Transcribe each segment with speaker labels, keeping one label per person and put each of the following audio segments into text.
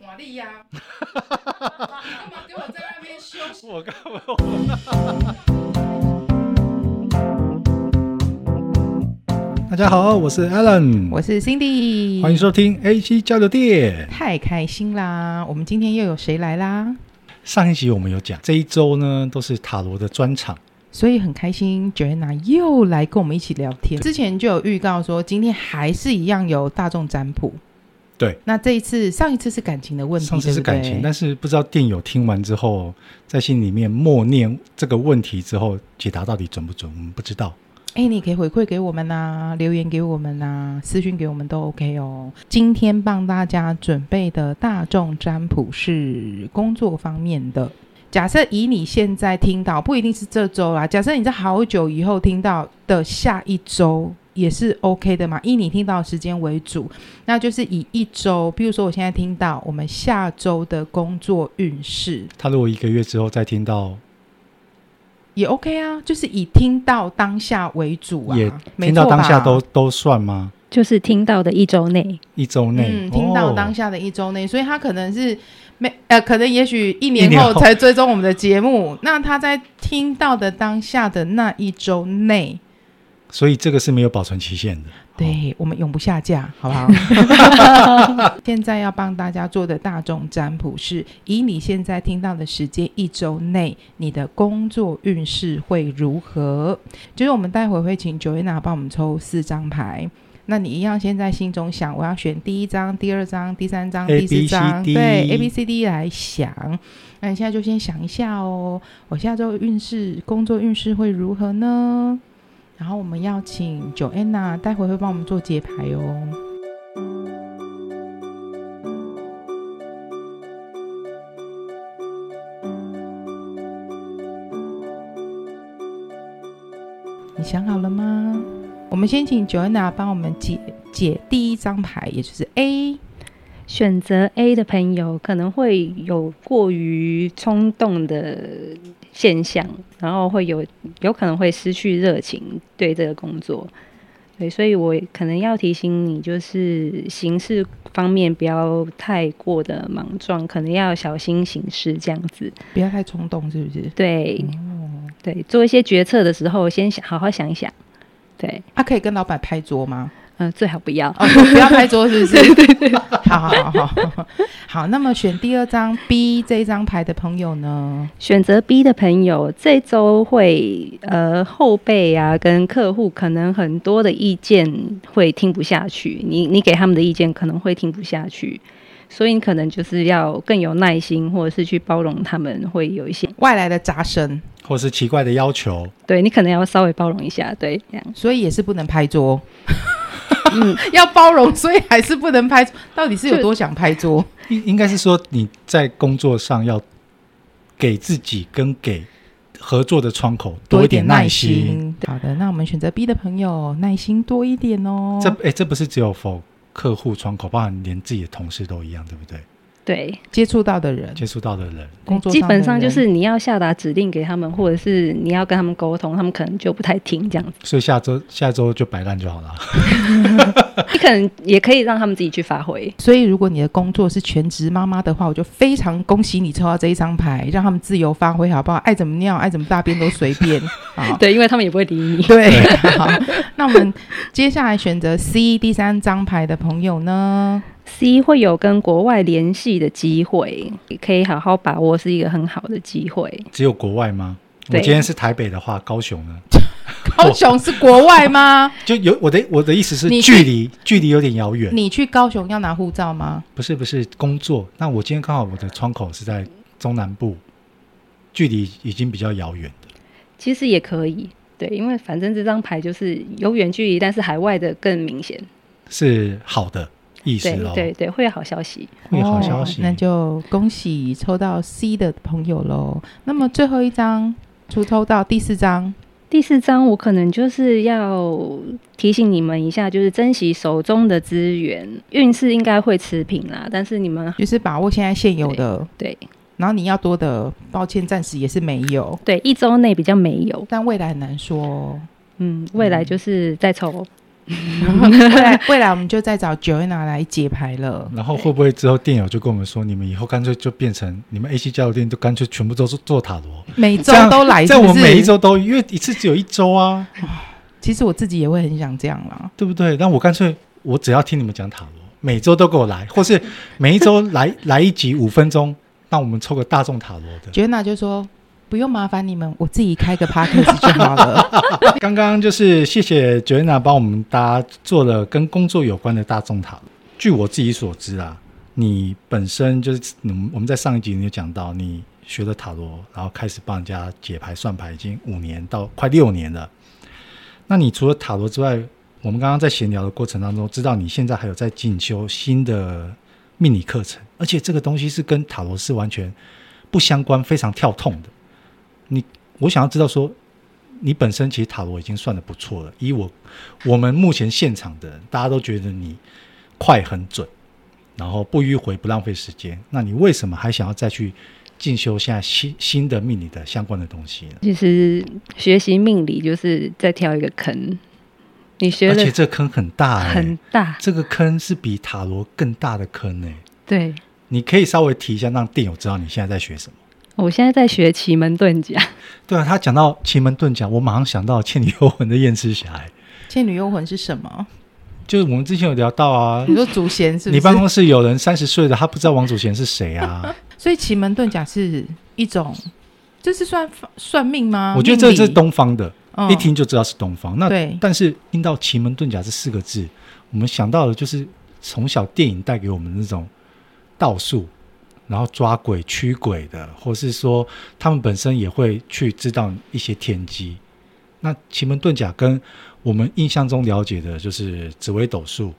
Speaker 1: 瓦力呀、你干啊嘛给我在那边休息？
Speaker 2: 我干嘛？大家好， 我是 Alan，
Speaker 3: 我是 Cindy，
Speaker 2: 欢迎收听 A 七交流店。
Speaker 3: 太开心啦！我们今天又有谁来啦？
Speaker 2: 上一集我们有讲，这一周呢都是塔罗的专场，
Speaker 3: 所以很开心，Joanna 又来跟我们一起聊天。之前就有预告说，今天还是一样有大众占卜。
Speaker 2: 对，
Speaker 3: 那这一次上一次是感情的问题，
Speaker 2: 上次是
Speaker 3: 对不对
Speaker 2: 感情，但是不知道电友听完之后，在心里面默念这个问题之后，解答到底准不准，我们不知道。
Speaker 3: 哎，你可以回馈给我们呐、留言给我们呐、私讯给我们都 OK 哦。今天帮大家准备的大众占卜是工作方面的。假设以你现在听到，不一定是这周啦。假设你在好久以后听到的下一周也是 OK 的嘛？以你听到的时间为主，那就是以一周。比如说，我现在听到我们下周的工作运势
Speaker 2: 他如果一个月之后再听到，
Speaker 3: 也 OK 啊，就是以听到当下为主啊。
Speaker 2: 也
Speaker 3: 没
Speaker 2: 听到
Speaker 3: 错
Speaker 2: 当下
Speaker 3: 吧
Speaker 2: 都都算吗？
Speaker 4: 就是听到的一周内，
Speaker 2: 一周内，
Speaker 3: 嗯，听到
Speaker 2: 哦
Speaker 3: 当下的一周内，所以他可能是没呃，可能也许一年
Speaker 2: 一年
Speaker 3: 后
Speaker 2: 后
Speaker 3: 才追踪我们的节目。那他在听到的当下的那一周内，
Speaker 2: 所以这个是没有保存期限的。哦，
Speaker 3: 对我们永不下架，好不好？ 现在要帮大家做的大众占卜是，以你现在听到的时间一周内，你的工作运势会如何？就是我们待会会请 Joanna 帮我们抽四张牌。那你一样先在心中想，我要选第一张、第二张、第三张、
Speaker 2: A,
Speaker 3: 第四张
Speaker 2: B, C, D
Speaker 3: 对 A B C D 来想。那你现在就先想一下哦，我下周运势、工作运势会如何呢？然后我们要请 Joanna 待会会帮我们做解牌哦。你想好了吗？我们先请 Joanna 帮我们解解第一张牌，也就是 A。
Speaker 4: 选择 A 的朋友可能会有过于冲动的现象，然后会有有可能会失去热情对这个工作。对，所以我可能要提醒你，就是行事方面不要太过的莽撞，可能要小心行事这样子。
Speaker 3: 不要太冲动，是不是？
Speaker 4: 对
Speaker 3: 哦，
Speaker 4: 对，做一些决策的时候，先想好好想一想。对，
Speaker 3: 啊，可以跟老板拍桌吗？
Speaker 4: 嗯、最好不要。
Speaker 3: 哦，不要拍桌，是不是？ 对对对。 好好好好好。那么选第二张 B 这一张牌的朋友呢？
Speaker 4: 选择 B 的朋友，这周会呃后辈啊跟客户可能很多的意见会听不下去，你你给他们的意见可能会听不下去，所以你可能就是要更有耐心，或者是去包容他们，会有一些
Speaker 3: 外来的杂声，
Speaker 2: 或是奇怪的要求，
Speaker 4: 对你可能要稍微包容一下，对，这样
Speaker 3: 所以也是不能拍 桌。
Speaker 4: 嗯
Speaker 3: 要包容，所以还是不能拍桌。到底是有多想拍桌？
Speaker 2: 应应该是说你在工作上要给自己跟给合作的窗口多一点耐心。
Speaker 3: 心。好的，那我们选择 B 的朋友，耐心多一点哦。
Speaker 2: 这哎，这不是只有否客户窗口，包含连自己的同事都一样，对不对？
Speaker 4: 对，
Speaker 3: 接触到的人，
Speaker 2: 接触到的人，
Speaker 3: 工作
Speaker 4: 基本
Speaker 3: 的
Speaker 4: 上就
Speaker 3: 人
Speaker 4: 是你要下达指令给他们，或者是你要跟他们沟通，他们可能就不太听这样子，
Speaker 2: 所以下周下周就摆烂就好了。
Speaker 4: 你可能也可以让他们自己去发挥。
Speaker 3: 所以，如果你的工作是全职妈妈的话，我就非常恭喜你抽到这一张牌，让他们自由发挥，好不好？爱怎么尿，爱怎么大便都随便 啊。
Speaker 4: 对，因为他们也不会理你。
Speaker 3: 对，好。那我们接下来选择 C 第三张牌的朋友 呢？
Speaker 4: C 会有跟国外联系的机会，也可以好好把握，是一个很好的机会。
Speaker 2: 只有国外吗？我
Speaker 4: 对
Speaker 2: 今天是台北的话，高雄呢，
Speaker 3: 高雄是国外 吗？
Speaker 2: 就有我的我的意思是
Speaker 3: 你去
Speaker 2: 距离距离有点遥远，
Speaker 3: 你去高雄要拿护照吗？
Speaker 2: 不是不是工作。那我今天刚好我的窗口是在中南部，距离已经比较遥远的。
Speaker 4: 其实也可以，对，因为反正这张牌就是有远距离，但是海外的更明显。
Speaker 2: 是好的意思
Speaker 4: 对
Speaker 2: 喽，
Speaker 4: 对对，会有好消息。
Speaker 2: 会有好消
Speaker 3: 哦
Speaker 2: 息。
Speaker 3: 那就恭喜抽到 C 的朋友喽。那么最后一张，出抽到第四张，
Speaker 4: 第四章我可能就是要提醒你们一下，就是珍惜手中的资源，运势应该会持平啦，但是你们
Speaker 3: 就是把握现在现有的，
Speaker 4: 对
Speaker 3: 然后你要多的，抱歉，暂时也是没有。
Speaker 4: 对一周内比较没有，
Speaker 3: 但未来很难说哦。
Speaker 4: 嗯，未来就是再抽，
Speaker 3: 未来未来我们就再找 Joanna 来解牌了。
Speaker 2: 然后会不会之后电友就跟我们说，你们以后干脆就变成你们 A C 交流店就干脆全部都是做塔罗，
Speaker 3: 每周
Speaker 2: 这样
Speaker 3: 都来，
Speaker 2: 在
Speaker 3: 是
Speaker 2: 我
Speaker 3: 不是
Speaker 2: 每一周都，因为一次只有一周啊，
Speaker 3: 其实我自己也会很想这样啦。
Speaker 2: 对不对？那我干脆我只要听你们讲塔罗，每周都给我来，或是每一周来来一集五分钟，那我们抽个大众塔罗的。
Speaker 3: Joanna 就说：“不用麻烦你们，我自己开个 podcast 就好 了。
Speaker 2: 刚刚就是谢谢 Joanna 帮我们大家做了跟工作有关的大众塔罗。据我自己所知啊，你本身就是嗯我们在上一集你有讲到，你学了塔罗，然后开始帮人家解牌算牌，已经五年到快六年了。那你除了塔罗之外，我们刚刚在闲聊的过程当中，知道你现在还有在进修新的命理课程，而且这个东西是跟塔罗是完全不相关、非常跳痛的。你，我想要知道说，你本身其实塔罗已经算的不错了。以我我们目前现场的人，大家都觉得你快很准，然后不迂回、不浪费时间。那你为什么还想要再去进修现在新新的命理的相关的东西呢？
Speaker 4: 其实学习命理就是在挑一个坑，你学
Speaker 2: 而且
Speaker 4: 的
Speaker 2: 这坑很大、欸，
Speaker 4: 很大，
Speaker 2: 这个坑是比塔罗更大的坑呢、
Speaker 4: 对。
Speaker 2: 你可以稍微提一下，让电友知道你现在在学什么。
Speaker 4: 我现在在学奇门遁甲，
Speaker 2: 对啊，他讲到奇门遁甲，我马上想到《倩女幽魂》的燕赤霞、欸，”
Speaker 3: 倩女幽魂是什么？
Speaker 2: 就是我们之前有聊到啊
Speaker 3: 你，说祖先是不是？
Speaker 2: 你办公室有人三十岁的，他不知道王祖贤是谁 啊？
Speaker 3: 所以奇门遁甲是一种，这是算算命吗？
Speaker 2: 我觉得这这
Speaker 3: 啊命
Speaker 2: 是
Speaker 3: 理、
Speaker 2: 东方的，
Speaker 3: 嗯
Speaker 2: 一听就知道是东方。那
Speaker 3: 对
Speaker 2: 但是听到奇门遁甲这四个字，我们想到的就是从小电影带给我们那种道术，然后抓鬼驱鬼的，或是说他们本身也会去知道一些天机。那奇门遁甲跟我们印象中了解的就是紫微斗数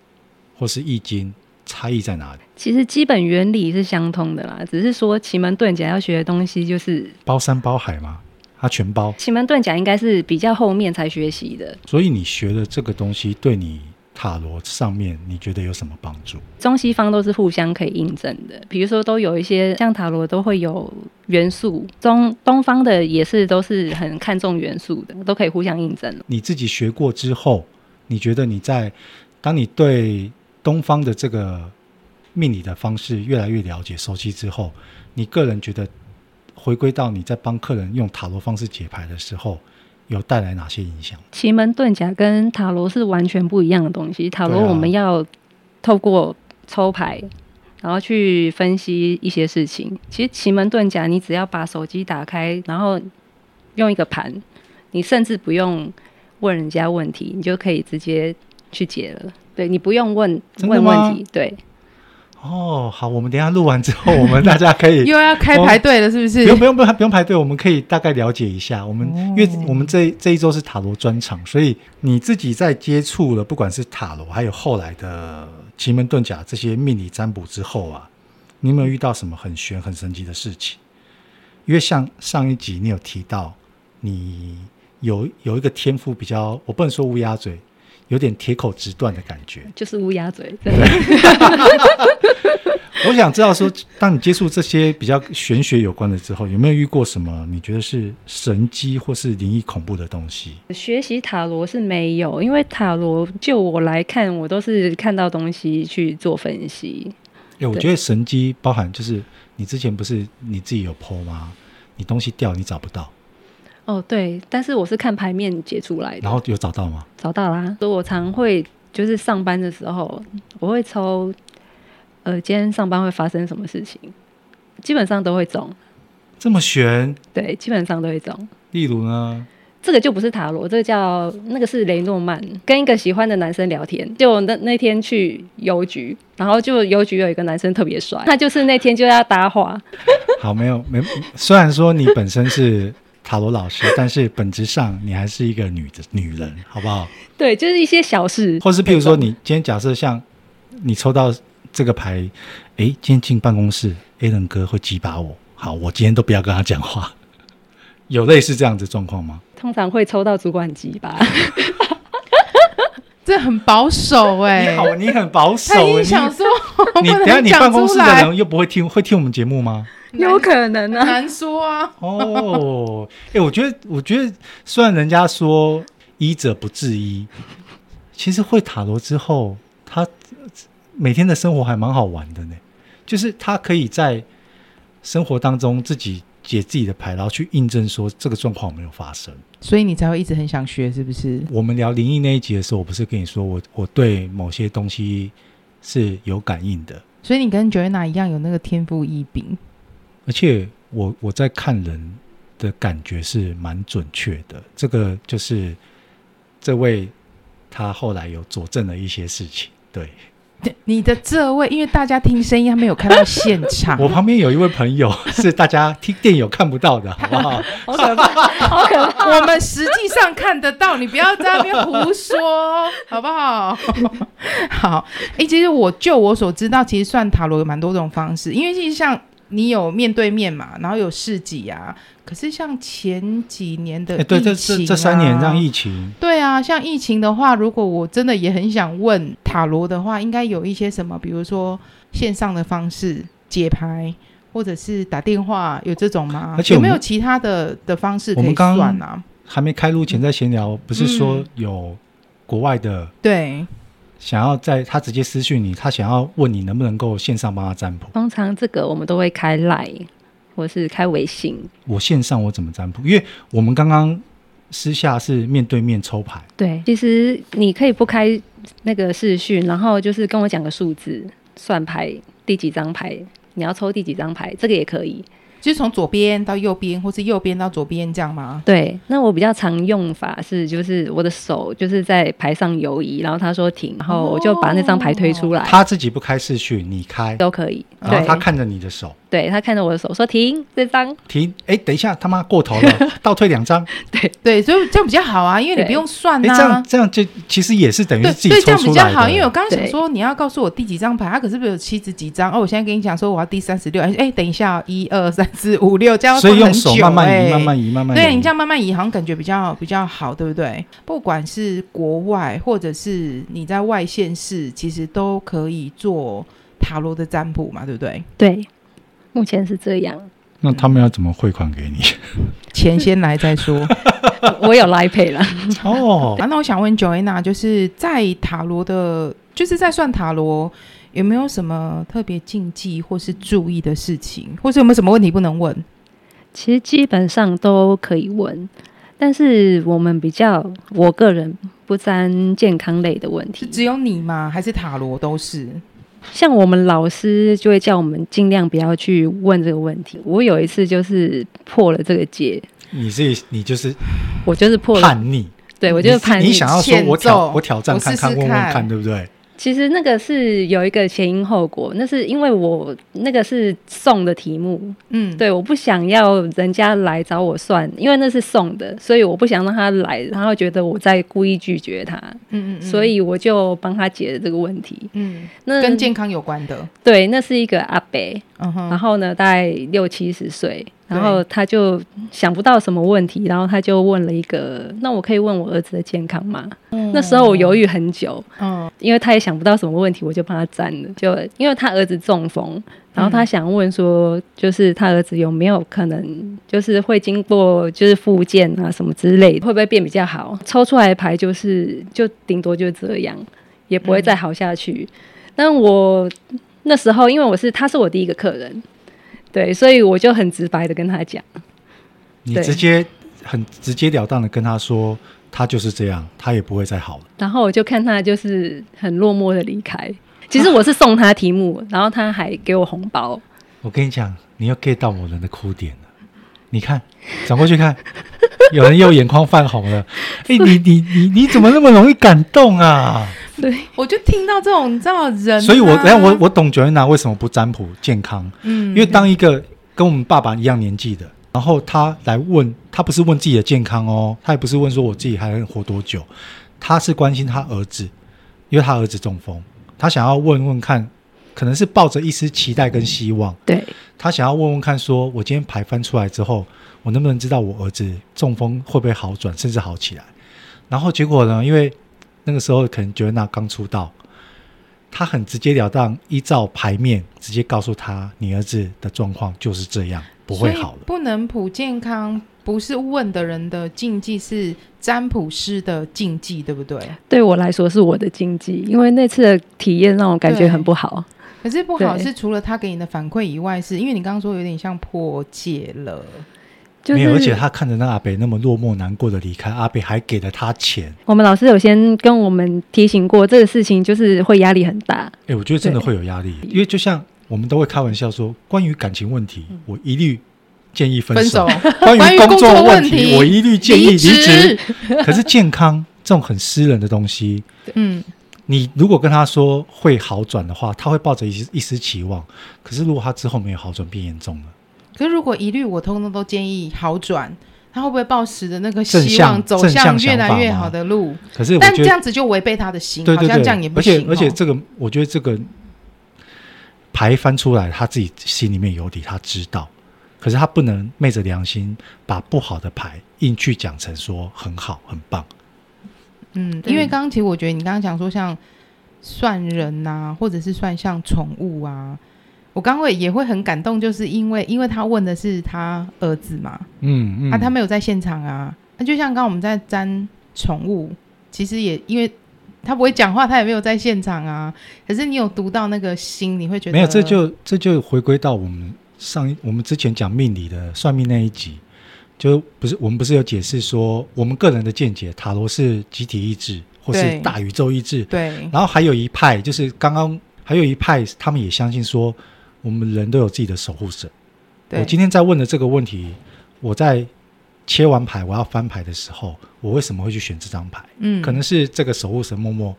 Speaker 2: 或是易经差异在哪里？
Speaker 4: 其实基本原理是相通的啦，只是说奇门遁甲要学的东西就是
Speaker 2: 包山包海吗？它全包。
Speaker 4: 奇门遁甲应该是比较后面才学习的。
Speaker 2: 所以你学的这个东西对你塔罗上面，你觉得有什么帮助？
Speaker 4: 中西方都是互相可以印证的，比如说都有一些像塔罗都会有元素，中东方的也是都是很看重元素的，都可以互相印证。
Speaker 2: 你自己学过之后，你觉得你在当你对东方的这个命理的方式越来越了解、熟悉之后，你个人觉得回归到你在帮客人用塔罗方式解牌的时候，有带来哪些影响？
Speaker 4: 奇门遁甲跟塔罗是完全不一样的东西，塔罗
Speaker 2: 对啊
Speaker 4: 我们要透过抽牌。然后去分析一些事情。其实奇门遁甲，你只要把手机打开，然后用一个盘，你甚至不用问人家问题，你就可以直接去解了。对你不用问
Speaker 2: 真的
Speaker 4: 问
Speaker 2: 吗
Speaker 4: 问题，对，
Speaker 2: 哦，好，我们等一下录完之后，我 们大家可 以
Speaker 3: 又要开排队了，是不
Speaker 2: 不
Speaker 3: 是？
Speaker 2: 用不用不用不用排队，我们可以大概了解一下。我们、因为
Speaker 3: 哦
Speaker 2: 我们这这一周是塔罗专场，所以你自己在接触了不管是塔罗，还有后来的奇门遁甲这些命理占卜之后啊，你有没有遇到什么很玄很神奇的事情？因为像上一集你有提到，你有有一个天赋比较，我不能说乌鸦嘴，有点铁口直断的感觉。
Speaker 4: 就是乌鸦 嘴，真的。
Speaker 2: 我想知道说，当你接触这些比较玄学有关的之后，有没有遇过什么你觉得是神机或是灵异恐怖的东西？
Speaker 4: 学习塔罗是没有，因为塔罗就我来看，我都是看到东西去做分析。
Speaker 2: 哎，我
Speaker 4: 对
Speaker 2: 觉得神机包含就是你之前不是你自己有 PO 吗？你东西掉你找不到，
Speaker 4: 哦，对，但是我是看牌面解出来的
Speaker 2: 然，后有找到吗？
Speaker 4: 找到啦。所以我常会就是上班的时候，我会抽，呃，今天上班会发生什么事情，基本上都会中，
Speaker 2: 这么玄？
Speaker 4: 对，基本上都会中。
Speaker 2: 例如呢？
Speaker 4: 这个就不是塔罗，这个叫那个是雷诺曼，跟一个喜欢的男生聊天。就我那那天去邮局，然后就邮局有一个男生特别帅，他就是那天就要搭话，
Speaker 2: 好，没有没。虽然说你本身是塔罗老师，但是本质上你还是一个女的女人，好不好？
Speaker 4: 对，就是一些小事，
Speaker 2: 或是譬如说，你今天假设像你抽到这个牌，诶，今天进办公室，A 人哥会击拔我，好，我今天都不要跟他讲话， 有类似这样子状况吗？
Speaker 4: 通常会抽到主管级吧。
Speaker 3: 这很保守哎、
Speaker 2: 你好，你很保守
Speaker 3: 他一
Speaker 2: 欸，
Speaker 3: 定想
Speaker 2: 你
Speaker 3: 说，
Speaker 2: 你
Speaker 3: 不
Speaker 2: 等一下
Speaker 3: 能
Speaker 2: 你办
Speaker 3: 讲
Speaker 2: 公室
Speaker 3: 出
Speaker 2: 的
Speaker 3: 来，
Speaker 2: 人又不会听，会听我们节目吗？
Speaker 4: 有可能
Speaker 3: 很
Speaker 4: 啊。
Speaker 3: 难说啊。
Speaker 2: 哦，哎，我觉得，我觉得，虽然人家说医者不治医，其实会塔罗之后，他每天的生活还蛮好玩的呢。就是他可以在生活当中自己解自己的牌，然后去印证说这个状况有没有发生。
Speaker 3: 所以你才会一直很想学，是不是？
Speaker 2: 我们聊灵异那一集的时候，我不是跟你说我我对某些东西是有感应的，
Speaker 3: 所以你跟 Joanna 一样有那个天赋异禀。
Speaker 2: 而且我我在看人的感觉是蛮准确的。这个就是这位他后来有佐证了一些事情。对
Speaker 3: 你的这位，因为大家听声音，他没有看到现场。
Speaker 2: 我旁边有一位 朋友是大家听电影看不到的，好不好？
Speaker 4: 好可怕，好可 怕！
Speaker 3: 我们实际上看得到，你不要在那边胡 说，好不好？好，哎、其实我就我所知道，其实算塔罗有蛮多种方式，因为其实像你有面对面嘛，然后有市集啊，可是像前几年的
Speaker 2: 哎、
Speaker 3: 疫情、啊
Speaker 2: 对，这这这三年让疫情，
Speaker 3: 对啊，像疫情的话，如果我真的也很想问塔罗的话，应该有一些什么，比如说线上的方式解牌，或者是打电话，有这种吗？
Speaker 2: 而且
Speaker 3: 有
Speaker 2: 我
Speaker 3: 没
Speaker 2: 们
Speaker 3: 有其他的的方式可
Speaker 2: 我
Speaker 3: 以
Speaker 2: 们刚
Speaker 3: 算啊？
Speaker 2: 还没开录前在闲聊，不是说
Speaker 3: 嗯
Speaker 2: 有国外的
Speaker 3: 对，
Speaker 2: 想要在他直接私讯你，他想要问你能不能够线上帮他占卜。
Speaker 4: 通常这个我们都会开 Line 或是开微信，
Speaker 2: 我线上我怎么占卜？因为我们刚刚私下是面对面抽牌，
Speaker 4: 对，其实你可以不开那个视讯，然后就是跟我讲个数字，算牌第几张牌，你要抽第几张牌，这个也可以。
Speaker 3: 就是从左边到右边，或是右边到左边这样吗？
Speaker 4: 对，那我比较常用法是，就是我的手就是在牌上游移，然后他说停，然后我就把那张牌推出来，
Speaker 2: 他自己不开视讯，你开，
Speaker 4: 都可以。
Speaker 2: 然后
Speaker 4: 对，
Speaker 2: 他看着你的手，
Speaker 4: 对他看着我的手说停，这张
Speaker 2: 停，哎，等一下，他妈过头 了，倒退两张，
Speaker 3: 对，所以这样比较好啊，因为你
Speaker 4: 对
Speaker 3: 不用算
Speaker 2: 哎，这
Speaker 3: 呐、
Speaker 2: 样这样就其实也是等于
Speaker 3: 对
Speaker 2: 是自己
Speaker 3: 对，这
Speaker 2: 抽
Speaker 3: 样比
Speaker 2: 出
Speaker 3: 较
Speaker 2: 来
Speaker 3: 好，因为我
Speaker 2: 的。
Speaker 3: 刚刚想
Speaker 4: 对
Speaker 3: 说你要告诉我第几张牌，它可是不是有七十几张？哦，我现在跟你讲说我要第三十六，哎哎，等一下哦，一二三四五六，这样要
Speaker 2: 所以
Speaker 3: 算
Speaker 2: 用
Speaker 3: 很
Speaker 2: 手
Speaker 3: 久
Speaker 2: 慢慢移，
Speaker 3: 哎
Speaker 2: 慢慢移，慢慢移。
Speaker 3: 对你这样慢慢移，好像感觉比较比较好，对不对？不管是国外或者是你在外县市，其实都可以做塔罗的占卜嘛，对不对？
Speaker 4: 对，目前是这样。
Speaker 2: 那他们要怎么汇款给 你？
Speaker 3: 钱先来再说。
Speaker 4: 我有 Line Pay 了，
Speaker 2: 哦，
Speaker 3: 啊，那我想问 Joanna，就是在塔罗的，就是在算塔罗，有没有什么特别禁忌或是注意的事情，或是有没有什么问题不能问？
Speaker 4: 其实基本上都可以问，但是我们比较，我个人不沾健康类的问
Speaker 3: 是
Speaker 4: 题。
Speaker 3: 只有你吗？还是塔罗都是？
Speaker 4: 像我们老师就会叫我们尽量不要去问这个问题。我有一次就是破了这个戒，
Speaker 2: 你是你就是
Speaker 4: 我就是破了，
Speaker 2: 叛逆，
Speaker 4: 对我就是
Speaker 2: 你
Speaker 4: 叛逆。
Speaker 2: 你想要说我
Speaker 3: 欠揍
Speaker 2: 挑我挑战
Speaker 3: 我试
Speaker 2: 看
Speaker 3: 试
Speaker 2: 看问问
Speaker 3: 看
Speaker 2: 看，对不对？
Speaker 4: 其实那个是有一个前因后果，那是因为我那个是送的题目，
Speaker 3: 嗯，，
Speaker 4: 对，我不想要人家来找我算，因为那是送的，所以我不想让他来，然后觉得我在故意拒绝他，
Speaker 3: 嗯嗯嗯，
Speaker 4: 所以我就帮他解了这个问题。
Speaker 3: 嗯，
Speaker 4: 那
Speaker 3: 跟健康有关的，
Speaker 4: 对，那是一个阿伯，
Speaker 3: 嗯
Speaker 4: 然
Speaker 3: 哼，
Speaker 4: 后呢，大概六七十岁，
Speaker 3: 对
Speaker 4: 然后他就想不到什么问题，然后他就问了一个：“那我可以问我儿子的健康吗？”那时候我犹豫很久，
Speaker 3: 嗯，
Speaker 4: 因为他也想不到什么问题，我就帮他占了。就因为他儿子中风，然后他想问说，就是他儿子有没有可能，就是会经过就是复健啊什么之类的，会不会变比较好？抽出来的牌就是就顶多就这样，也不会再好下去。但我那时候因为我是他是我第一个客人，对，所以我就很直白的跟他讲，
Speaker 2: 你
Speaker 4: 对
Speaker 2: 直接很直截了当的跟他说，他就是这样，他也不会再好了。
Speaker 4: 然后我就看他就是很落寞的离开。其实我是送他题目，然后他还给我红包。
Speaker 2: 我跟你讲，你又 get 到某人的哭点了。你看，转过去看， 有人又眼眶泛红了。哎、你你你你怎么那么容易感动啊？
Speaker 4: 对，
Speaker 3: 我就听到这种，你知道人啊、
Speaker 2: 所以我，哎，我我懂 Joanna 为什么不占卜健康，
Speaker 3: 嗯，
Speaker 2: 因为当一个跟我们爸爸一样年纪的，然后他来问，他不是问自己的健康哦，他也不是问说我自己还能活多久，他是关心他儿子，因为他儿子中风，他想要问问看，可能是抱着一丝期待跟希望，
Speaker 4: 对，
Speaker 2: 他想要问问看说，我今天牌翻出来之后，我能不能知道我儿子中风会不会好转，甚至好起来？然后结果呢，因为那个时候可能 Joanna 刚出道，他很直截了当，依照牌面直接告诉他，你儿子的状况就是这样，不会好
Speaker 3: 所
Speaker 2: 了
Speaker 3: 以。不能普健康，不是问的人的禁忌，是占卜师的禁忌，对不对？
Speaker 4: 对我来说是我的禁忌，因为那次的体验让我感觉
Speaker 3: 对
Speaker 4: 很不好。
Speaker 3: 可是不好
Speaker 4: 对
Speaker 3: 是除了他给你的反馈以外是，因为你刚刚说有点像破戒了，
Speaker 4: 就
Speaker 2: 没有，而且
Speaker 4: 是
Speaker 2: 他看着那阿北那么落寞难过的离开，阿北还给了他钱。
Speaker 4: 我们老师有先跟我们提醒过，这个事情就是会压力很大。
Speaker 2: 哎，我觉得真的
Speaker 4: 对
Speaker 2: 会有压力，因为就像我们都会开玩笑说，关于感情问题，
Speaker 4: 嗯
Speaker 2: 我一律建议分
Speaker 3: 分手关
Speaker 2: 关
Speaker 3: 于
Speaker 2: 于工
Speaker 3: 工作
Speaker 2: 作
Speaker 3: 问
Speaker 2: 问
Speaker 3: 题
Speaker 2: 题，我一律建议离
Speaker 3: 职
Speaker 2: 职。， 可是健康这种很私人的东西，
Speaker 3: 嗯，
Speaker 2: 你如果跟他说会好转的话，他会抱着一丝一丝期望。可是如果他之后没有好转，变严重了，
Speaker 3: 可是如果一律我通通都建议好转，他会不会抱持的那个
Speaker 2: 正
Speaker 3: 希
Speaker 2: 向
Speaker 3: 望走
Speaker 2: 正
Speaker 3: 向
Speaker 2: 向
Speaker 3: 越
Speaker 2: 想
Speaker 3: 来
Speaker 2: 法
Speaker 3: 越
Speaker 2: 吗
Speaker 3: 好的路？
Speaker 2: 可是我
Speaker 3: 但
Speaker 2: 觉
Speaker 3: 这
Speaker 2: 得
Speaker 3: 样子就违背他的心，
Speaker 2: 对对
Speaker 3: 好像
Speaker 2: 对，
Speaker 3: 这样也不
Speaker 2: 而且
Speaker 3: 行、哦。
Speaker 2: 而且这个，我觉得这个牌翻出来，他自己心里面有底，他知道。可是他不能昧着良心把不好的牌硬去讲成说很好很棒，
Speaker 3: 嗯，
Speaker 4: 对
Speaker 3: 因为刚刚其实我觉得你刚刚讲说像算人呐、或者是算像宠物啊，我刚会也会很感动，就是因为因为他问的是他儿子嘛，
Speaker 2: 嗯嗯
Speaker 3: 啊，他没有在现场啊，那就像刚刚我们在粘宠物，其实也因为。他不会讲话，他也没有在现场啊。可是你有读到那个心，你会觉得
Speaker 2: 没有，这就这就回归到我们上一我们之前讲命理的算命那一集，就不是我们不是有解释说我们个人的见解，塔罗是集体意志或
Speaker 3: 对
Speaker 2: 是大宇宙意志，
Speaker 3: 对
Speaker 2: 然后还有一派就是刚刚还有一派，他们也相信说我们人都有自己的守护神。我
Speaker 3: 对
Speaker 2: 今天在问的这个问题，我在切完牌我要翻牌的时候，我为什么会去选这张牌？
Speaker 3: 嗯
Speaker 2: 可能是这个守护神默默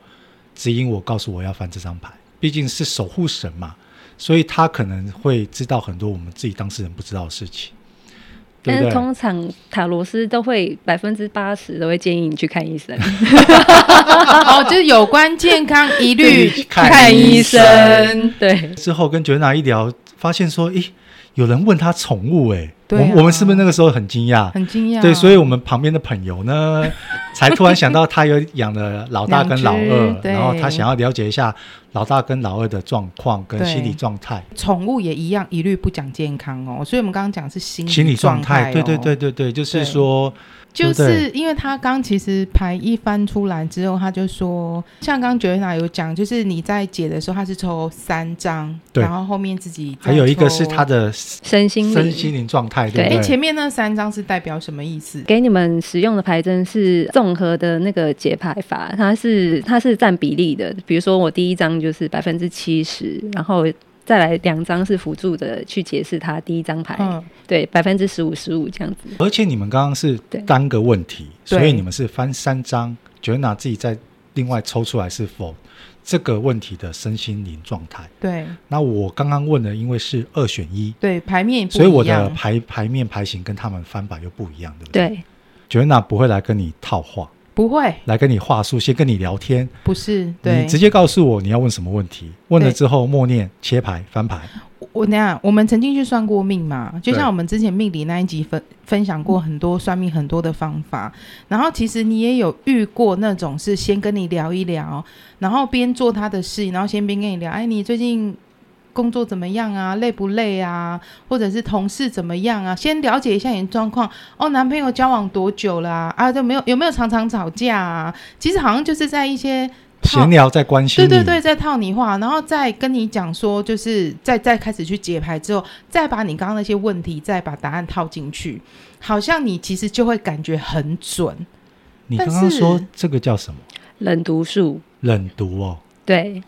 Speaker 2: 指引我，告诉我要翻这张牌。毕竟是守护神嘛，所以他可能会知道很多我们自己当事人不知道的事情，对
Speaker 4: 但
Speaker 2: 不
Speaker 4: 是
Speaker 2: 对？
Speaker 4: 通常塔罗斯都会百分之八十都会建议你去看医生。
Speaker 3: 哦，就是有关健康一律
Speaker 2: 自己看
Speaker 4: 医
Speaker 3: 生。
Speaker 4: 对，
Speaker 2: 之后跟九娜一聊，发现说，诶，有人问他宠物、诶，
Speaker 3: 对啊
Speaker 2: 我我们是不是那个时候很惊讶？
Speaker 3: 很惊讶。哦
Speaker 2: 对，所以我们旁边的朋友 呢，才突然想到他有养了老大跟老
Speaker 3: 两
Speaker 2: 二，
Speaker 3: 只
Speaker 2: 然后他
Speaker 3: 对
Speaker 2: 想要了解一下老大跟老二的状况跟
Speaker 3: 对
Speaker 2: 心理状态、
Speaker 3: 宠物也一样，一律不讲健康哦。所以我们刚刚讲是心
Speaker 2: 心理状
Speaker 3: 状态、哦
Speaker 2: 态。对对对，对对，就是
Speaker 3: 对
Speaker 2: 说，
Speaker 3: 就
Speaker 2: 对
Speaker 3: 是因为他刚其实牌一翻出来之后，他就说，像刚刚 Joanna 有讲，就是你在解的时候，他是抽三张，
Speaker 2: 对
Speaker 3: 然后后面自己再
Speaker 2: 还有一个
Speaker 3: 抽
Speaker 2: 是他。的
Speaker 4: 身心灵
Speaker 2: 身心灵状态，对
Speaker 3: 哎，
Speaker 2: 不对
Speaker 3: 前？面那三张是代表什么意思？
Speaker 4: 给你们使用的牌针是综合的那个解牌法，它是它是占比例的。比如说我第一张就是百分之七十，然后再来两张是辅助的去解释它第一张牌，
Speaker 3: 嗯，
Speaker 4: 对，百分之十五十五这样子。
Speaker 2: 而且你们刚刚是
Speaker 4: 对
Speaker 2: 单个问题，
Speaker 3: 对
Speaker 2: 所以你们是翻三张，Joanna 自己再另外抽出来是否这个问题的身心灵状态。
Speaker 3: 对
Speaker 2: 那我刚刚问的，因为是二选一，
Speaker 3: 对，牌面也不一
Speaker 2: 所
Speaker 3: 样。
Speaker 2: 以我的牌牌面牌型跟他们翻版又不一样，对不对？
Speaker 4: 对，
Speaker 2: ，Joanna 不会来跟你套话，
Speaker 3: 不会，
Speaker 2: 来跟你话术，先跟你聊天，
Speaker 3: 不是对
Speaker 2: 你。直接告诉我你要问什么问题，问了
Speaker 3: 对
Speaker 2: 之后默念切牌翻牌，
Speaker 3: 我我那样，我们曾经去算过命嘛，就
Speaker 2: 对
Speaker 3: 像我们之前命理那一集分分享过很多算命很多的方法，然后其实你也有遇过那种是先跟你聊一聊，然后边做他的事，然后先边跟你聊，哎，你最近工作怎么样啊？累不累啊？或者是同事怎么样啊？先了解一下你的状况。哦，男朋友交往多久啦、啊？都没有有没有常常吵架啊？其实好像就是在一些套
Speaker 2: 闲聊在关心
Speaker 3: 对
Speaker 2: 你，
Speaker 3: 对对，在套你话，然后再跟你讲说，就是再再开始去解牌之后，再把你刚刚那些问题，再把答案套进去，好像你其实就会感觉很准。
Speaker 2: 你
Speaker 3: 但
Speaker 2: 刚刚
Speaker 3: 是
Speaker 2: 说这个叫什么？
Speaker 4: 冷读术，
Speaker 2: 冷读哦，
Speaker 4: 对，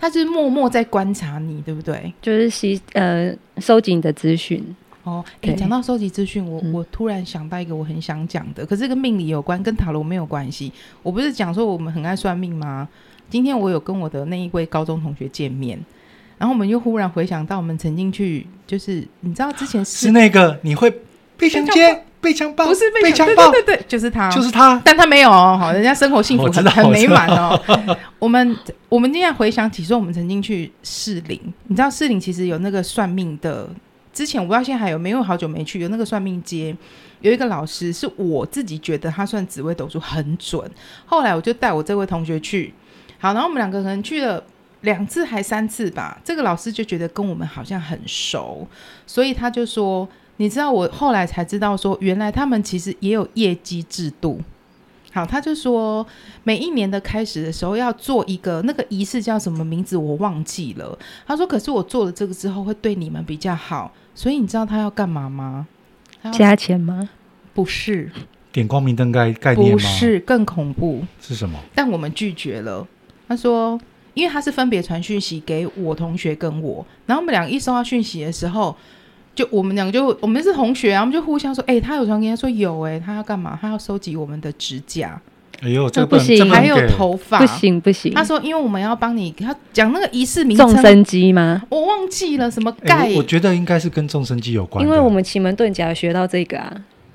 Speaker 3: 他就是默默在观察你，对不对？
Speaker 4: 就是吸呃收集你的资讯。
Speaker 3: 哦，诶，
Speaker 4: 对
Speaker 3: 讲到收集资讯，我
Speaker 4: 嗯
Speaker 3: 我突然想到一个我很想讲的，可是跟命理有关，跟塔罗没有关系。我不是讲说我们很爱算命吗？今天我有跟我的那一位高中同学见面，然后我们又忽然回想到我们曾经去，就是你知道之前
Speaker 2: 是那个你会被强奸、被强暴，
Speaker 3: 不是被
Speaker 2: 被
Speaker 3: 强
Speaker 2: 强
Speaker 3: 暴，
Speaker 2: 暴，
Speaker 3: 对对对，就是他，哦
Speaker 2: 就是他。
Speaker 3: 但他没有哦，好，人家生活幸福
Speaker 2: 我知
Speaker 3: 很
Speaker 2: 道
Speaker 3: 很
Speaker 2: 我
Speaker 3: 美
Speaker 2: 知道
Speaker 3: 满哦。 我们我们今天回想起说，我们曾经去士林，你知道士林其实有那个算命的，之前我不知道现在还有没有，因为我好久没去，有那个算命街。有一个老师是我自己觉得他算紫微斗数很准，后来我就带我这位同学去，好，然后我们两个人去了两次还三次吧，这个老师就觉得跟我们好像很熟，所以他就说你知道我后来才知道说，原来他们其实也有业绩制度。好，他就说每一年的开始的时候要做一个那个仪式叫什么名字我忘记了。他说，可是我做了这个之后会对你们比较好，所以你知道他要干嘛吗？他要
Speaker 4: 加钱吗？
Speaker 3: 不是，
Speaker 2: 点光明灯概概念
Speaker 3: 不
Speaker 2: 吗？
Speaker 3: 是更恐怖。
Speaker 2: 是什么？
Speaker 3: 但我们拒绝了。他说，因为他是分别传讯息给我同学跟我，然后我们两个一收到讯息的时候，就我们两个就我们是同学啊，我们就互相说，哎、他有传给他说有、哎，他要干嘛？他要收集我们的指甲，
Speaker 2: 哎呦，这
Speaker 4: 那
Speaker 2: 个
Speaker 4: 不
Speaker 2: 能这
Speaker 4: 行
Speaker 2: 能
Speaker 3: 呃还有
Speaker 2: 给
Speaker 3: 头发
Speaker 4: 不。行不行，
Speaker 3: 他说，因为我们要帮你，他讲那个仪式名
Speaker 4: 众
Speaker 3: 称，
Speaker 4: 生机吗？
Speaker 3: 我忘记了什么
Speaker 2: 哎
Speaker 3: 盖。
Speaker 2: 我我觉得应该是跟众生机有关
Speaker 4: 因
Speaker 2: 的，
Speaker 4: 为我们奇门遁甲有学到这个啊，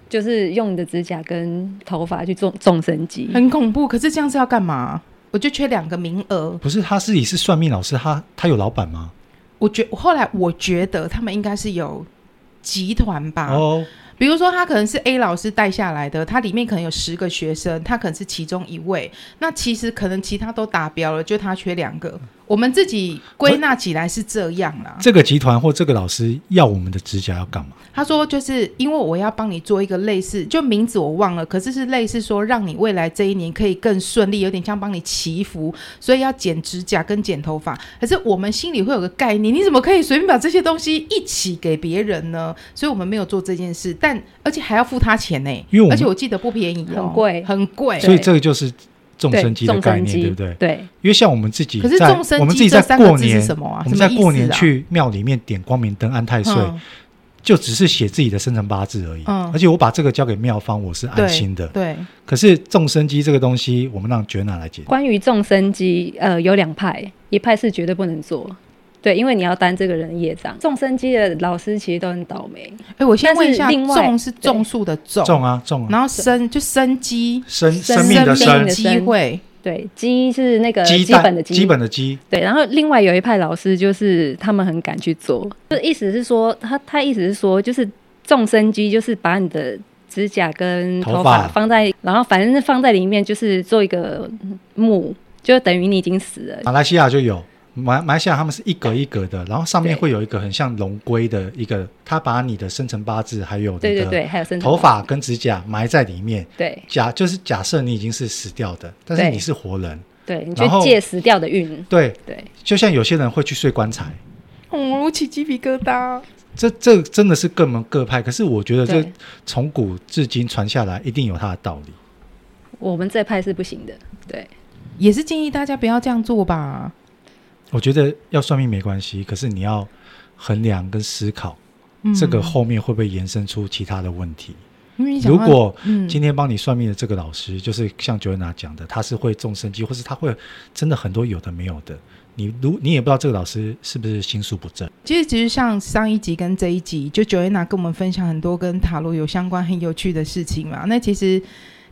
Speaker 4: 就是用你的指甲跟头发去种种生机。
Speaker 3: 很恐怖，可是这样是要干嘛？我就缺两个名额，
Speaker 2: 不是他自己是算命老师，他他有老板吗？
Speaker 3: 我觉后来我觉得他们应该是有集团吧，
Speaker 2: 哦，
Speaker 3: 比如说，他可能是 A 老师带下来的，他里面可能有十个学生，他可能是其中一位。那其实可能其他都达标了，就他缺两个。我们自己归纳起来是这样啦。
Speaker 2: 这个集团或这个老师要我们的指甲要干嘛？
Speaker 3: 他说，就是因为我要帮你做一个类似，就名字我忘了，可是是类似说让你未来这一年可以更顺利，有点像帮你祈福，所以要剪指甲跟剪头发。可是我们心里会有个概念，你怎么可以随便把这些东西一起给别人呢？所以我们没有做这件事，但而且还要付他钱呢、
Speaker 2: 因为我们
Speaker 3: 而且我记得不便宜、哦，
Speaker 4: 很贵
Speaker 3: 很贵。
Speaker 2: 所以这个就是众
Speaker 4: 对
Speaker 2: 生机的概念，对不对？因为像我们自己
Speaker 3: 可是
Speaker 2: 在
Speaker 3: 众生
Speaker 2: 我们自
Speaker 3: 机
Speaker 2: 己
Speaker 3: 这
Speaker 2: 在
Speaker 3: 三个
Speaker 2: 过
Speaker 3: 字
Speaker 2: 年
Speaker 3: 是，什么啊？
Speaker 2: 我们在
Speaker 3: 什么意思
Speaker 2: 过年
Speaker 3: 啊
Speaker 2: 去庙里面点光明灯安太岁，
Speaker 3: 嗯
Speaker 2: 就只是写自己的生辰八字而已。
Speaker 3: 嗯
Speaker 2: 而且我把这个交给妙方，我是安
Speaker 3: 对
Speaker 2: 心的。
Speaker 3: 对，
Speaker 2: 可是众生机这个东西，我们让卷娜来解决。
Speaker 4: 关于众生机，呃，有两派，一派是绝对不能做。对，因为你要担这个人的业障。众生机的老师其实都很倒霉，
Speaker 3: 哎，我先
Speaker 4: 但是
Speaker 3: 问一下，
Speaker 4: 另外
Speaker 3: 种是种树的种，
Speaker 2: 重啊重啊，
Speaker 3: 然后生就生机，
Speaker 2: 生
Speaker 4: 生
Speaker 2: 生命的
Speaker 4: 生
Speaker 2: 生
Speaker 4: 命的，
Speaker 3: 机会，
Speaker 4: 对，鸡是那个
Speaker 2: 鸡
Speaker 4: 基
Speaker 2: 蛋
Speaker 4: 本的鸡，
Speaker 2: 基本的鸡，
Speaker 4: 对，然后另外有一派老师就是他们很敢去做，就意思是说，他他意思是说，就是众生机，就是把你的指甲跟
Speaker 2: 头
Speaker 4: 头
Speaker 2: 发
Speaker 4: 发放在，然后反正是放在里面，就是做一个木，就等于你已经死了。
Speaker 2: 马来西亚就有。马马来西亚他们是一格一格的，然后上面
Speaker 4: 对
Speaker 2: 会有一个很像龙龟的一个，它把你的生辰八字还有
Speaker 4: 对
Speaker 2: 你
Speaker 4: 对
Speaker 2: 的
Speaker 4: 对，还有生辰
Speaker 2: 头，发跟指甲埋在里面。
Speaker 4: 对
Speaker 2: 假就是假设你已经是死掉的，但是
Speaker 4: 对
Speaker 2: 你是活人，
Speaker 4: 对，你去
Speaker 2: 然后
Speaker 4: 借死掉的运，
Speaker 2: 对，
Speaker 4: 对，
Speaker 2: 就像有些人会去睡棺材，
Speaker 3: 嗯，我起鸡皮疙瘩。
Speaker 2: 这这真的是各门各派。可是我觉得这
Speaker 4: 对
Speaker 2: 从古至今传下来，一定有它的道理。
Speaker 4: 我们这派是不行的，对，
Speaker 3: 也是建议大家不要这样做吧。
Speaker 2: 我觉得要算命没关系，可是你要衡量跟思考，
Speaker 3: 嗯
Speaker 2: 这个，后面会不会延伸出其他的问题？
Speaker 3: 因为你想
Speaker 2: 如
Speaker 3: 要
Speaker 2: 果
Speaker 3: 嗯
Speaker 2: 今天帮你算命的这个老师，就是像 Joanna 讲的，他是会众生机，或是他会真的很多有的没有的。你如你也不知道这个老师是不是心术不正，
Speaker 3: 其实，其实像上一集跟这一集，就 Joanna 跟我们分享很多跟塔罗有相关很有趣的事情嘛。那其实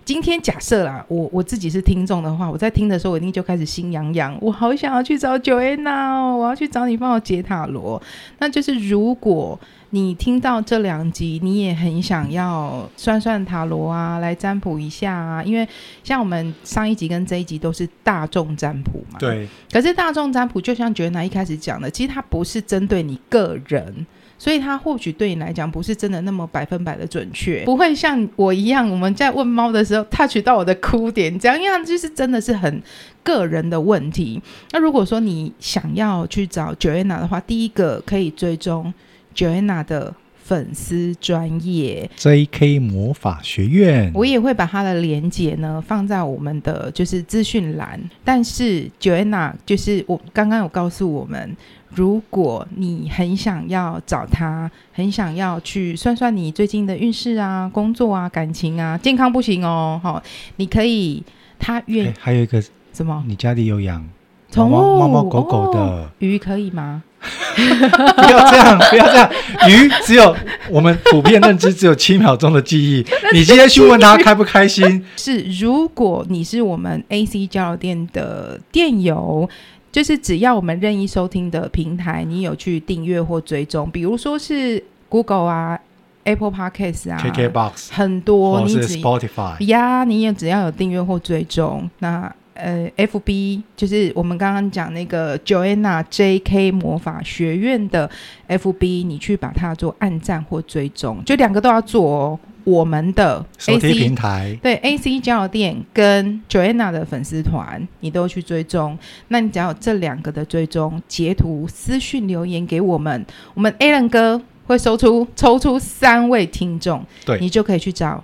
Speaker 3: 今天假设啦，我我自己是听众的话，我在听的时候，我一定就开始心痒痒，我好想要去找 Joanna 哦，我要去找你帮我解塔罗。哦那就是如果你听到这两集，你也很想要算算塔罗啊，来占卜一下啊，因为像我们上一集跟这一集都是大众占卜嘛，。
Speaker 2: 对，
Speaker 3: 可是大众占卜，就像觉娜一开始讲的，其实它不是针对你个人，所以它或许对你来讲不是真的那么百分百的准确，不会像我一样，我们在问猫的时候 touch 到我的哭点，这样因为它就是真的是很个人的问题。那如果说你想要去找 Joanna 的话，第一个可以追踪 Joanna 的粉丝专业，
Speaker 2: J.K. 魔法学院，
Speaker 3: 我也会把它的连接呢放在我们的就是资讯栏。但是 Joanna 就是我刚刚有告诉我们，如果你很想要找他，很想要去算算你最近的运势啊、工作啊、感情啊、健康不行哦，哈、你可以他愿、
Speaker 2: 哎还有一个，
Speaker 3: 什么
Speaker 2: 你家里有养
Speaker 3: 宠物
Speaker 2: 猫猫猫狗狗的，
Speaker 3: 哦鱼可以吗？
Speaker 2: 不要这样，不要这样。鱼只有我们普遍认知只有七秒钟的记 忆，你今天去问他开不开心，
Speaker 3: 是，如果你是我们 AC 交流店的店友，就是只要我们任意收听的平台，你有去订阅或追踪，比如说是 Google 啊、Apple Podcast 啊、
Speaker 2: KKBOX
Speaker 3: 很多，
Speaker 2: 或
Speaker 3: 你
Speaker 2: 是
Speaker 3: 只
Speaker 2: Spotify，
Speaker 3: 呀，你也只要有订阅或追踪，那呃，FB 就是我们刚刚讲那个 Joanna JK 魔法学院的 FB，你去把它做暗赞或追踪，就两个都要做哦。我们的
Speaker 2: 手提
Speaker 3: AC
Speaker 2: 平台，
Speaker 3: 对 AC 交友店跟 Joanna 的粉丝团，你都去追踪。那你只要有这两个的追踪，截图私讯留言给我们，我们 Alan 哥会抽出抽出三位听众，
Speaker 2: 对
Speaker 3: 你就可以去找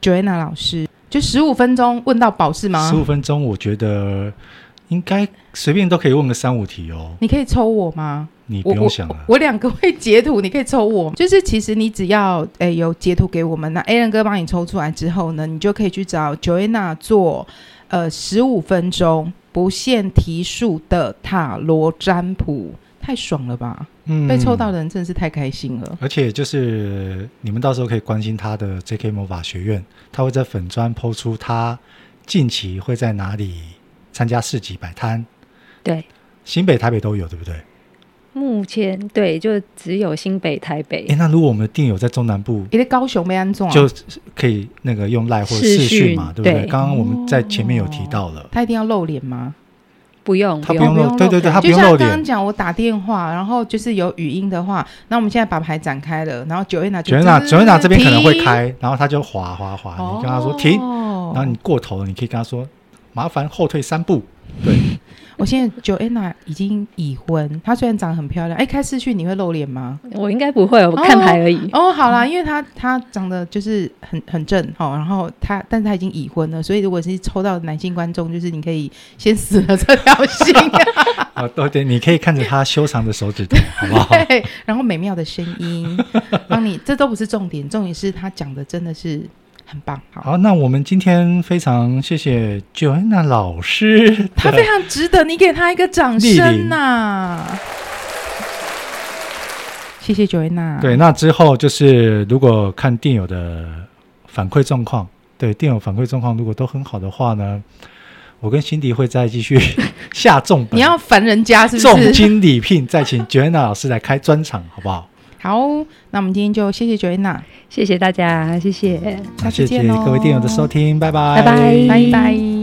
Speaker 3: Joanna 老师，就十五分钟问到宝是吗
Speaker 2: 十？五分钟，我觉得应该随便都可以问个三五题哦，
Speaker 3: 你可以抽我吗？
Speaker 2: 你不
Speaker 3: 我
Speaker 2: 用想啊了。
Speaker 3: 我两个会截图，你可以抽我。 就是其实你只要诶、有截图给我们，那 a l n 哥帮你抽出来之后呢，你就可以去找 Joanna 做呃十五分钟不限题数的塔罗占卜，太爽了吧！
Speaker 2: 嗯
Speaker 3: 被抽到的人真的是太开心了。
Speaker 2: 而且就是你们到时候可以关心他的 J.K. 魔法学院，他会在粉砖抛出他近期会在哪里参加市集摆摊，
Speaker 4: 对，
Speaker 2: 新北、台北都有，对不对？
Speaker 4: 目前对就只有新北、台北
Speaker 2: 诶，那如果我们的店友在中南部，
Speaker 3: 你的高雄被安中啊，
Speaker 2: 就可以那个用赖或者
Speaker 4: 视
Speaker 2: 视讯
Speaker 4: 讯
Speaker 2: 嘛，对不对？
Speaker 4: 对
Speaker 2: 刚刚我们在前面有提到了，
Speaker 3: 他一定要露脸吗？
Speaker 4: 不用
Speaker 2: 他
Speaker 4: 不
Speaker 2: 不
Speaker 4: 用
Speaker 2: 用
Speaker 3: 哦不
Speaker 2: 露，
Speaker 3: 用
Speaker 2: 对
Speaker 3: 露
Speaker 2: 对对，他不
Speaker 3: 就
Speaker 2: 用
Speaker 3: 像
Speaker 2: 露
Speaker 3: 刚刚
Speaker 2: 脸。
Speaker 3: 讲，我打电话，然后就是有语音的话，那我们现在把牌展开了，然后 Joanna
Speaker 2: 九
Speaker 3: 就
Speaker 2: 院长，九院长这边可能会
Speaker 3: 停
Speaker 2: 开，然后他就滑滑滑，你跟他说停，
Speaker 3: 哦
Speaker 2: 然后你过头了，你可以跟他说麻烦后退 三步，对，
Speaker 3: 我现在 Joanna 已经已婚，她虽然长得很漂亮，哎，开视讯你会露脸吗？
Speaker 2: 嗯
Speaker 4: 我应该不会，我看牌而已。
Speaker 3: 哦，好啦，因为她她长得就是很很正哈、哦，然后她但是她已经已婚了，所以如果是抽到男性观众，就是你可以先死了这条 心，
Speaker 2: 啊，对对，你可以看着他修长的手指 头，好不好？
Speaker 3: 对，然后美妙的声音，帮你，这都不是重点，重点是她讲的真的是很棒，好，
Speaker 2: 好，那我们今天非常谢谢 Joanna 老师
Speaker 3: 她非常值得你给她一个掌
Speaker 2: 莅
Speaker 3: 声
Speaker 2: 临
Speaker 3: 呐、谢谢 Joanna，
Speaker 2: 对，那之后就是如果看电友的反馈状况，对电友反馈状况如果都很好的话呢，我跟辛迪会再继续 下重本，
Speaker 3: 你要烦人家是不是？
Speaker 2: 重金礼聘，再请 Joanna 老师来开专场，好不好？
Speaker 3: 好，那我们今天就谢谢 Joanna，
Speaker 4: 谢谢大家，谢谢。
Speaker 3: 下
Speaker 2: 那
Speaker 3: 次
Speaker 2: 谢谢
Speaker 3: 见哦
Speaker 2: 各位电友的收听，拜拜，
Speaker 4: 拜拜
Speaker 3: 拜拜。